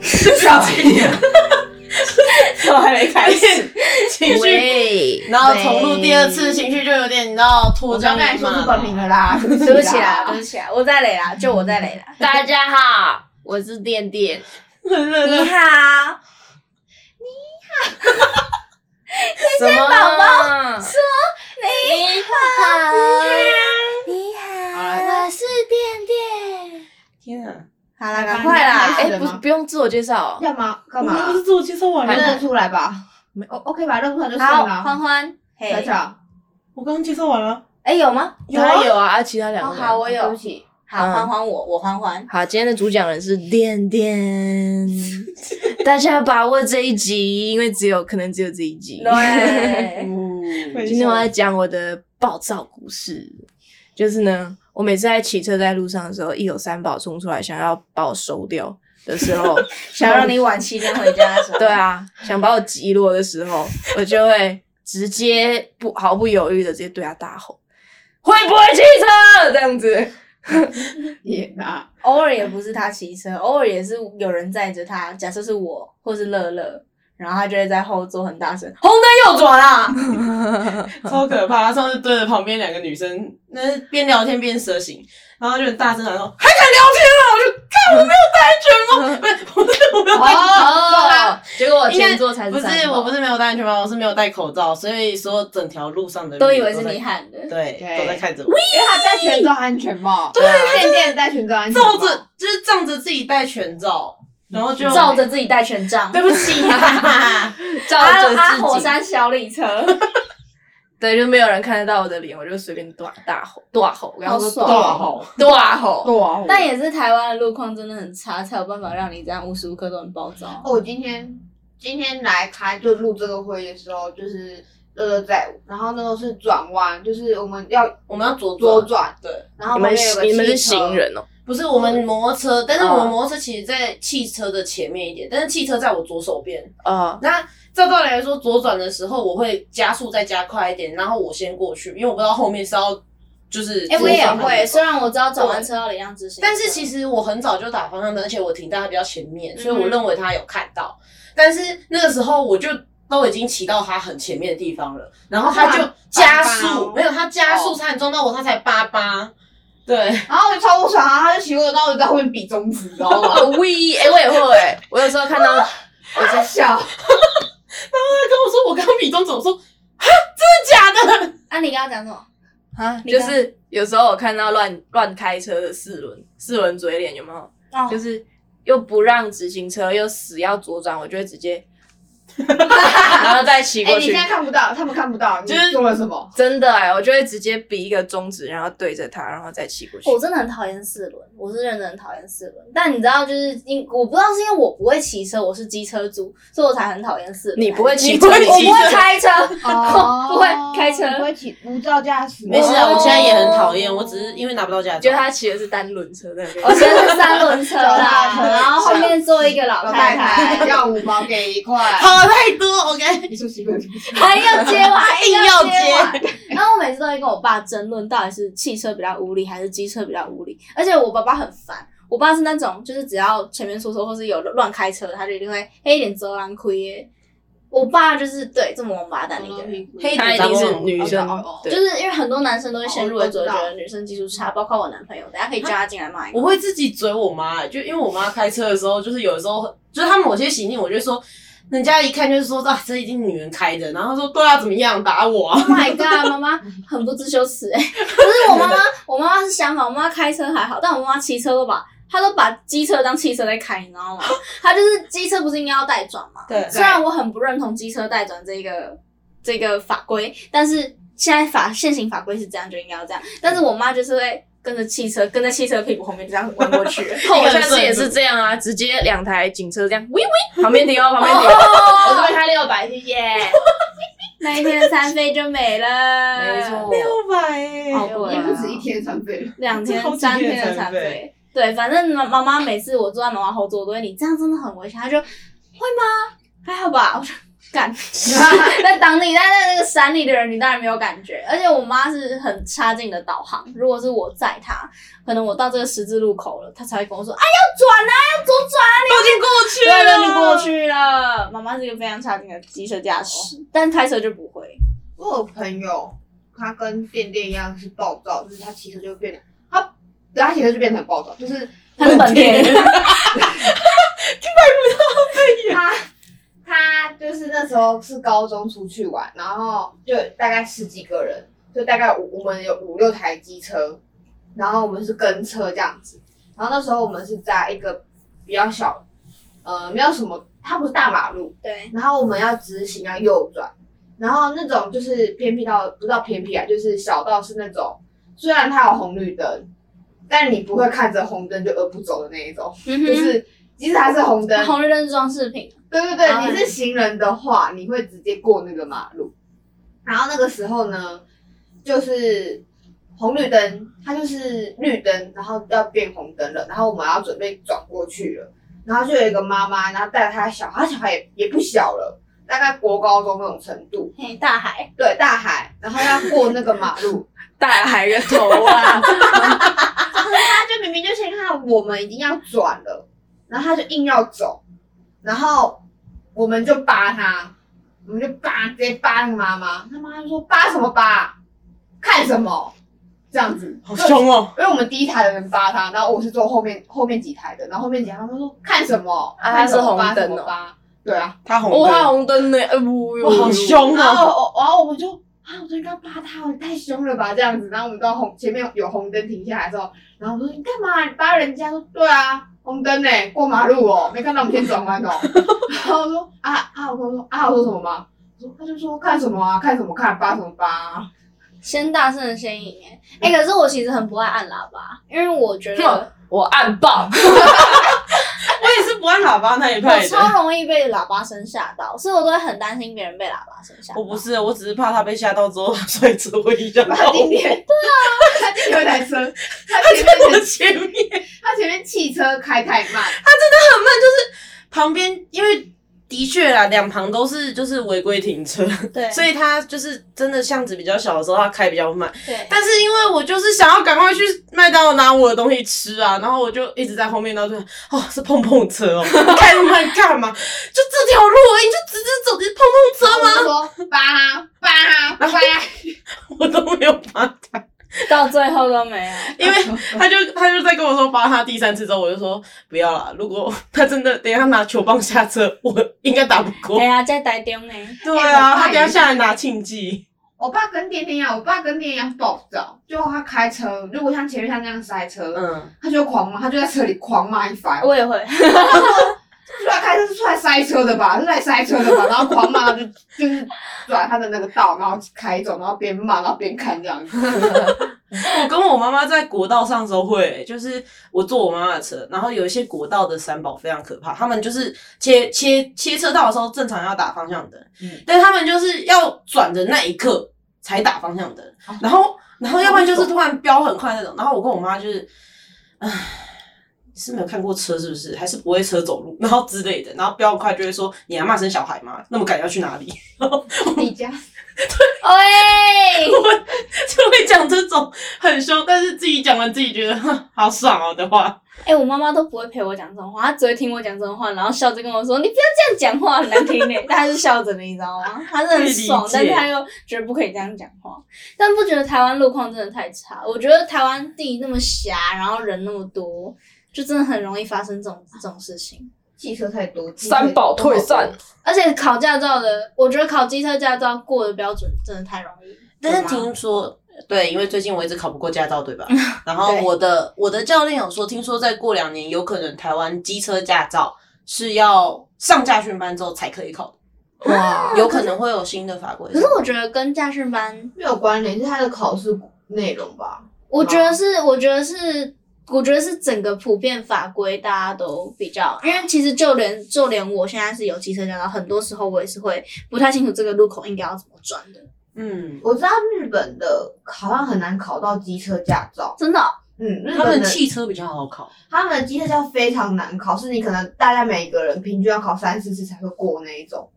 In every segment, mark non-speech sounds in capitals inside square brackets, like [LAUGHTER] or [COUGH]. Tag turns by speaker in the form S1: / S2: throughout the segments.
S1: 小心点，
S2: 我还没开始，情绪。
S3: 喂，
S2: 然后重录第二次，情绪就有点你知道脱
S1: 我刚
S2: 缰
S1: 才
S2: 野
S1: 说是
S2: 马
S1: 本
S2: 了。
S1: 名了啦，对
S3: 对不起啦，对不起啦，我再累啦，就我再累啦。大家好，我是电
S2: [LAUGHS]
S3: 电，你好， [LAUGHS]
S2: 什么？
S3: 宝宝说你好，
S4: 你好，
S2: 好
S4: 我是电电。
S2: 天啊！
S3: 好啦，赶快啦！
S1: 开
S3: 哎，
S1: 始了
S3: 不
S1: 吗
S3: 是不用自我介绍哦，
S1: 干嘛干
S2: 我
S1: 嘛
S2: 刚？不是自我介绍完
S1: 还
S2: 了
S1: 认得
S2: 吗？
S1: 出来吧？没 O OK 吧？认不出来就
S3: 好
S1: 算，了。
S3: 欢欢，
S1: 小
S3: 嘿，
S1: 巧，
S2: 我刚刚介绍完了。
S3: 哎，有吗？
S2: 有啊
S3: 当然有啊，啊其他两哦，个没好，我
S1: 对
S3: 有
S1: 不，起，
S3: 好，嗯欢欢我，我欢欢。好，今天的主讲人是电电，大家把握这一集，因为只有可能只有这一集。
S2: 啊
S3: 对，
S2: 没
S3: 今天
S2: 事
S3: 我要讲我的暴躁故事，就是呢，我每次在骑车在路上的时候，一有三宝冲出来想要把我收掉的时 [LAUGHS] 候，想让你晚七点回家的时候，对，啊，想把我击落的时候，我就会直接不毫不犹豫的直接对他大吼：“啊会不会骑车？”这样子，
S2: 也啊，
S3: 偶尔也不是他骑车，偶尔也是有人载着他，假设是我或是乐乐，然后他就会在后座很大声：“红灯右转啦
S2: 超可怕！他上次对着旁边两个女生，那边聊天边蛇形，然后就很大声喊说：“还敢聊天啊！”我就看我没有戴安全帽，不是，我没有戴安全帽。！”
S3: 哦，结果我前座才
S2: 不是，
S3: 三宝
S2: 我不是没有戴安全帽，我是没有戴口罩，所以说整条路上的人
S3: 都以为是
S2: 在
S3: 你，喊的，
S2: 对，
S1: 对
S2: 都在看着我，
S1: 因为他戴全罩安全帽，对，电电戴全罩安全帽
S2: 照，着就是仗着自己戴全罩，然后就
S3: 照着自己带权杖，
S2: 对不起，啊 [LAUGHS]
S3: 照
S4: 着自己
S3: 阿啊火山小李车，对，就没有人看得到我的脸，我就随便大大吼大吼，然后
S1: 好
S3: 说
S1: 爽
S2: 大吼，
S3: 大吼。
S1: 哇
S3: 但也是台湾的路况真的很差，才有办法让你这样无时无刻都很暴躁。
S1: 我今天今天来开就录这个会的时候，就是乐乐在我，然后那时候是转弯，就是我们要
S2: 我们要左
S1: 左
S2: 转，
S1: 转，
S2: 对，
S1: 然后
S3: 你
S1: 旁
S3: 们
S1: 边有个
S3: 你们是
S1: 汽车
S3: 行，人哦、
S2: 不是我们摩托车，但是
S3: 嗯
S2: 我们摩托车其实在汽车的前面一点，但是汽车在我左手边。
S3: 啊、
S2: 那照道理来说，左转的时候我会加速再加快一点，然后我先过去，因为我不知道后面是要就是。
S3: 哎、我也会，虽
S2: 然。
S3: 然我知道转弯车要礼让直行，
S2: 但是其
S3: 实
S2: 实我很早就打方向灯，而且我停在他比较前面，
S1: 嗯
S2: 所以我认为他有看到。但是那个时候我就都已经骑到他很前面的地方了，然后他就加
S1: 八八
S2: 速，
S1: 哦
S2: 没有他加速
S1: 哦
S2: 差点撞到我，他才八八。对，
S1: 然后我就超不爽啊，他就骑过来，然后我就在后面比中指，你知道
S3: [LAUGHS]
S1: 吗？
S3: 哦 V，哎、我也会、哎，我有时候看到，我就
S1: 笑，
S2: 他跟我说我刚比中指，我说哈，真的假的？
S3: 啊，你刚刚讲什么？
S4: 啊，
S3: 就
S4: 你
S3: 是有时候我看到乱乱开车的四轮四轮嘴脸有没有？
S4: 哦
S3: 就是又不让直行车，又死要左转，我就会直接，然后再骑
S1: 哎、
S3: 过
S1: 你
S3: 去。
S1: 现在看不到，他们看不到，你
S2: 就是
S1: 做了什么？
S3: 真的哎、我就会直接比一个中指，然后对着他，然后再骑过去。
S4: 我真的很讨厌四轮，我是认真很讨厌四轮。但你知道，就是因我不知道是因为我不会骑车，我是机车族，所以我才很讨厌四轮。
S3: 你不会骑
S2: 你
S3: 车，
S2: 不会
S3: 你
S4: 我
S2: 骑
S4: 不
S2: 车
S4: 会开车，
S1: 哦
S4: 不会开车
S1: 不会骑，无照驾驶。
S2: 没事啊，
S3: 哦
S2: 我现在也很讨厌，我只是因为拿不到驾
S3: 就
S2: 照。
S3: 他骑的是单轮车那
S4: 我
S3: 个。
S4: 现在是三轮车啦，然后后面坐一个老
S1: 老
S4: 太
S1: 太
S4: 太
S1: 太，要五毛给一块。
S2: 好太多，OK，
S1: 你说几分钟？
S4: 还要接我，还
S2: 硬
S4: 要
S2: 要
S4: 接
S2: 接，
S4: 我。然后我每次都会跟我爸争论，到底是汽车比较无理还是机车比较无理。而且我爸爸很烦，我爸是那种就是只要前面出错或是有乱开车，他就一定会黑脸走狼亏耶。我爸就是对这么王八蛋的一个人。
S2: 黑
S3: 他一定是女
S1: 哦
S3: 生
S1: 哦哦，
S3: 对
S4: 就是因为很多男生都会先入为主
S1: 哦我
S4: 的觉
S1: 知道
S4: 得女生技术差，包括我男朋友，等下可以叫他进来骂一
S2: 我
S4: 个。
S2: 会自己嘴我妈，就因为我妈开车的时候，就是有的时候，就是她某些行径，我就说，人家一看就是说，啊，这一定女人开的，然后她说，对啊，怎么样，打我啊，
S4: Oh my god，妈妈很不知羞耻哎、可是我妈
S3: [LAUGHS]
S4: 妈，我妈妈是相反，我妈妈开车还好，但我妈妈骑车都把她都把机车当汽车在开，你知道吗？她就是机车不是应该要带转吗？
S2: 对
S4: 虽然我很不认同机车带转这个这个法规，但是现在法现行法规是这样，就应该要这样。但是我妈就是会跟着汽车，跟在汽车屁股后面就这样
S3: [LAUGHS]
S4: 弯过去。哦
S3: 后我下次也是这样啊，直接两台警车这样，喂喂，旁边停哦，旁边停哦，我这边开六百，谢谢。
S4: [LAUGHS] 那一天的餐费就没了，
S3: 没错，
S2: 百哎
S4: 好
S1: 已
S4: 贵
S1: 经不
S4: 啊
S1: 止！一天三倍了。
S4: 两天
S2: 好几、
S4: 三
S2: 天
S4: 天的
S2: 才
S4: 残
S2: 对
S4: 废。对，反正妈妈妈每次我坐在妈妈后座，我都会你这样真的很危险。她就会吗？还好吧。我就干，在当地，但在那个山里的人，你当然没有感觉。而且我妈是很差劲的导航，如果是我载她，可能我到这个十字路口了，她才会跟我说：“啊，要转啊，要左转啊，
S2: 都已经过去
S4: 对，
S2: 了，
S4: 那就过。去了。”妈妈是一个非常差劲的机车驾驶，但开车就不会。
S1: 我有朋友，他跟电电一样是暴躁，就是他骑车就会变，他对他骑车就变成暴躁，就是
S4: 她是本田，
S1: 他他就是那时候是高中出去玩，然后就大概十几个人，就大概五我们有五六台机车，然后我们是跟车这样子，然后那时候我们是在一个比较小，呃，没有什么，它不是大马路，
S4: [LAUGHS] 对，
S1: 然后我们要直行要右转，然后那种就是偏僻到不知道偏僻啊，就是小到是那种虽然它有红绿灯，但你不会看着红灯就而不走的那一种，就
S4: 嗯
S1: 是即使它是红灯
S4: 哼，，红绿灯是装饰品，
S1: 对对对，
S4: 啊
S1: 你是行人的话，你会直接过那个马路。然后那个时候呢，就是红绿灯，它就是绿灯，然后要变红灯了，然后我们要准备转过去了。然后就有一个妈妈，然后带着她的小孩，她小孩也也不小了，大概国高中那种程度，
S4: 嘿，大海，
S1: 对，大海，然后要过那个马路，
S3: 大海个头啊！
S1: 他就明明就先看到我们已经要转了，然后他就硬要走，然后我们就扒他，我们就扒直接扒那个妈妈，他妈就说扒什么扒，看什么这样子，
S2: 好凶哦！
S1: 因为我们第一台的人扒他，然后我是坐后面后面几台的，然后后面几台他们说看什么，
S3: 啊
S1: 看什么
S3: 他是红灯哦
S1: 扒什么扒，对啊，
S2: 他红
S3: 我画
S2: 灯，
S3: 红灯呢，哎不，
S2: 哇，好凶
S1: 然
S2: 哦！
S1: 后我然后我们就啊，我就刚扒他，你太凶了吧这样子。然后我们到红前面有红灯停下来之后，然后我说你干嘛？你扒人家？说对啊，红灯呢、过马路哦、没看到我们先转弯哦。 [LAUGHS] 然后我说啊啊，我说啊，我说什么吗？我说他就说看什么啊，看什么看，扒什么扒、啊。
S4: 先大声的先赢哎，哎、可是我其实很不爱按喇叭，因为我觉得
S3: 我按爆，
S2: 我也是不按喇叭那一
S4: 我
S2: 派的。
S4: 超容易被喇叭声吓到，所以我都会很担心别人被喇叭声吓到。
S2: 我不是，我只是怕他被吓到之后摔车会影响
S1: 他
S2: 到
S1: 今
S2: 我。
S1: 天对啊， [LAUGHS] 他今天有台车，他前面
S2: 我
S1: 的
S2: 前面
S1: 他前面汽车开太慢，
S2: 旁边，因为的确啦，两旁都是就是违规停车，
S4: 对，
S2: 所以他就是真的巷子比较小的时候，他开比较慢。
S4: 对，
S2: 但是因为我就是想要赶快去麦当劳拿我的东西吃啊，然后我就一直在后面，然后就哦是碰碰车哦， [LAUGHS] 开那么慢干嘛？就这条路而已，你就直接走进碰碰车
S1: 我
S2: 吗？
S1: 就说扒啊扒啊扒啊，
S2: 我都没有扒他，
S4: 到最后都没有。
S2: 因为 [LAUGHS] 他就他就在跟我说扒他第三次之后，我就说不要啦，如果他真的等一下拿球棒下车，我应该打不过
S4: 哎。呀，在台中哎，
S2: 对啊，
S1: 哎我怕
S2: 他等一下下来拿庆忌，
S1: 我爸跟点点一样，我爸跟点点一样暴躁，就他开车，如果像前面像那样塞车，
S2: 嗯，
S1: 他就会狂骂，他就在车里狂骂一番。
S4: 我
S2: [LAUGHS]
S4: 也会。
S1: 出来开车是出来塞车的吧？是来塞车的吧？然后狂骂，就就是转他的那个道，然后开走，然后边骂，然后边看这样子。
S2: 我跟我妈妈在国道上的时候会，就是我坐我妈妈的车，然后有一些国道的三宝非常可怕，他们就是切切切车道的时候正常要打方向灯，
S1: 嗯
S2: 但他们就是要转的那一刻才打方向灯，然后然后要不然就是突然飙很快那种，然后我跟我妈就是，唉。是没有看过车是不是？还是不会车走路，然后之类的，然后飙很快就会说你还骂生小孩吗？那么赶要去哪里？[LAUGHS]
S1: [LAUGHS] 你家
S4: 喂，
S2: 就会讲这种很凶，但是自己讲完自己觉得哼好爽哦的话，
S4: 哎，我妈妈都不会陪我讲这种话，她只会听我讲这种话，然后笑着跟我说：“你不要这样讲话，很难听嘞。”但她是笑着的，你知道吗？她是很爽，
S2: 可以
S4: 但
S2: 理解
S4: 是她又觉得不可以这样讲话。但不觉得台湾路况真的太差？我觉得台湾地那么狭，然后人那么多，就真的很容易发生这种这种事情。
S1: 汽车太多，汽车
S3: 三宝退散。
S4: 而且考驾照的，我觉得考机车驾照过的标准真的太容易。
S2: 但是
S4: 对吗嗯
S2: 听说，对，因为最近我一直考不过驾照，对吧？然后
S4: 对
S2: 我的我的教练有说，听说再过两年，有可能台湾机车驾照是要上驾训班之后才可以考 [LAUGHS]
S3: 哇
S2: 的，有可能会有新的法规。
S4: 可是我觉得跟驾训班，
S1: 没有关联，是他的考试内容吧？
S4: 我觉得是，我觉得是，我觉得是整个普遍法规大家都比较，因为其实就连就连我现在是有机车驾照，很多时候我也是会不太清楚这个路口应该要怎么转的，
S2: 嗯，
S1: 我知道日本的好像很难考到机车驾照，
S4: 真的哦、
S1: 嗯，日
S2: 他
S1: 本
S2: 们
S1: 的
S2: 汽车比较好考，
S1: 他们的机车驾照非常难考，是你可能大家每一个人平均要考三四次才会过那一种。
S4: 哦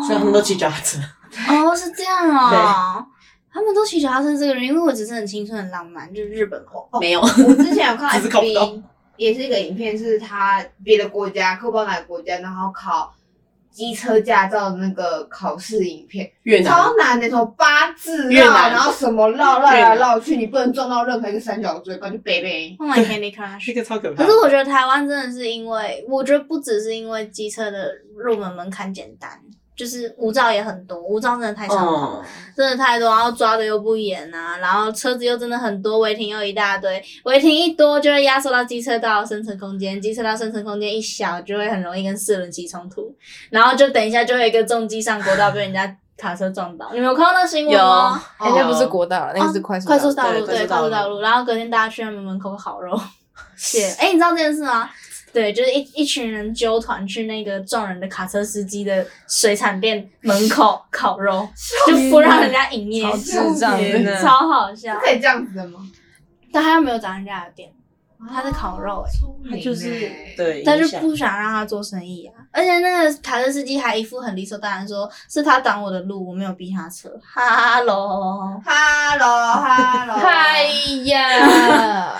S4: 哦
S2: 所以他们都骑脚踏车。
S4: 哦，是这样哦。他们都骑脚踏车这个人，因为我只是很青春、很浪漫，就是日本哦，没有。
S1: 我之前有看
S2: 只是看不到
S1: FB，也是一个影片，是他别的国家，科包哪个国家，然后考机车驾照的那个考试影片，
S2: 越南
S1: 超难的，什么八字
S2: 越
S1: 绕，
S2: 南
S1: 然后什么绕绕
S2: 越
S1: 来
S2: 南
S1: 绕去，你不能撞到任何一个三角锥，不然就北北。
S2: [LAUGHS]
S4: Oh my Candy
S2: 是
S4: Crush。
S2: 一个超可怕
S4: [LAUGHS] 可
S2: 的。
S4: 是我觉得台湾真的是因为，我觉得不只是因为机车的入门门槛简单，就是无照也很多，无照真的太猖狂了，
S2: 嗯，
S4: 真的太多，然后抓的又不严啊，然后车子又真的很多，违停又一大堆，违停一多就会压缩到机车道的生存空间，机车道生存空间一小就会很容易跟四轮机冲突，然后就等一下就会有一个重机上国道被人家 [LAUGHS] 卡车撞到，你们有看到那个新闻吗？
S3: [LAUGHS] 哎，
S1: 哦
S3: 那不是国道，那个是快速
S4: 快速
S3: [LAUGHS]
S4: 道路，
S3: 对
S4: 对，快速道路。然后隔天大家去他们门口烤肉，谢。哎，你知道这件事吗？对，就是一一群人纠团去那个撞人的卡车司机的水产店门口烤肉，就不让人家营业，
S3: 超智障
S2: 天
S3: 的
S2: 哪，
S4: 超好笑
S1: 是。可以这样子的吗？
S4: 但他又没有砸人家的店，他是烤肉欸
S1: 哎
S2: 他就是对，
S4: 他就
S2: 影响
S4: 不想让他做生意啊。而且那个卡车司机还一副很理所当然说是他挡我的路，我没有逼他车。哈喽，
S1: Hello，Hello，
S3: 哎呀，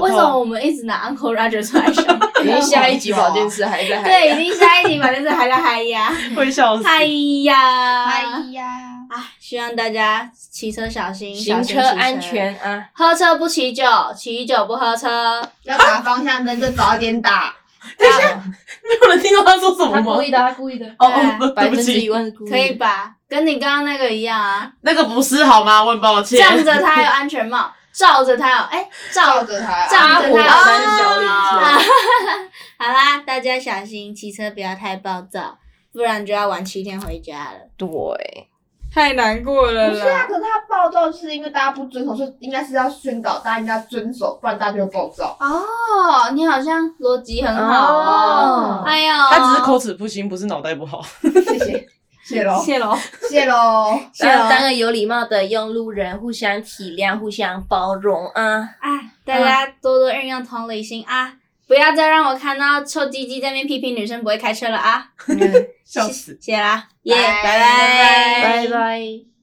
S4: 为什么我们一直拿 Uncle Roger 出 [LAUGHS] 来想？
S3: 因为下一集保健室还在，
S4: 对，已经下一集反正是还在嗨 [LAUGHS] 呀，
S2: [LAUGHS] 会笑死。
S4: 嗨呀，
S1: 嗨！呀，
S4: 啊，希望大家骑车小心，
S3: 行
S4: 小心
S3: 车
S4: 骑
S3: 安，全啊，
S4: 喝车不骑酒，骑酒不喝车。
S1: 要打方向灯就早点打。
S2: 没有人听到他说什么
S5: 他
S2: 吗
S5: 故？意的，他故意的，
S2: 哦
S4: 对啊
S2: 哦，对
S3: 百
S2: 不
S3: 分之哎一
S2: 起，
S3: 万是故意的
S4: 可以吧？跟你刚刚那个一样啊，
S2: 那个不是好吗？我很抱歉。
S4: 站着他有安全 [LAUGHS] 帽，照着他有，哎、
S1: 照
S4: 照
S1: 着他，
S4: 照着他有
S3: 啊
S4: 安
S3: 三
S4: 全
S3: 角
S4: 帽。
S3: 形
S4: 啊好啦，大家小心骑车，不要太暴躁，不然就要晚七天回家了。
S3: 对，
S5: 太难过了
S1: 不是啊，可是他暴躁是因为大家不遵守，所以应该是要宣导大家应该遵守，不然大家就会暴躁。
S4: 哦，你好像逻辑很好
S3: 好
S4: 哦
S3: 哦。
S4: 哎呦，
S2: 他只是口齿不清，不是脑袋不好。
S1: 谢谢，谢喽，
S4: 谢喽。
S1: 谢喽。
S5: 要当
S3: 个有礼貌的用路人，互相体谅，互相包容啊。
S4: 啊，大家多多运用同理心啊！不要再让我看到臭鸡鸡在那边批评女生不会开车了啊！
S2: 笑死。
S4: 谢啦，耶，
S1: 拜
S4: 拜拜
S3: 拜拜。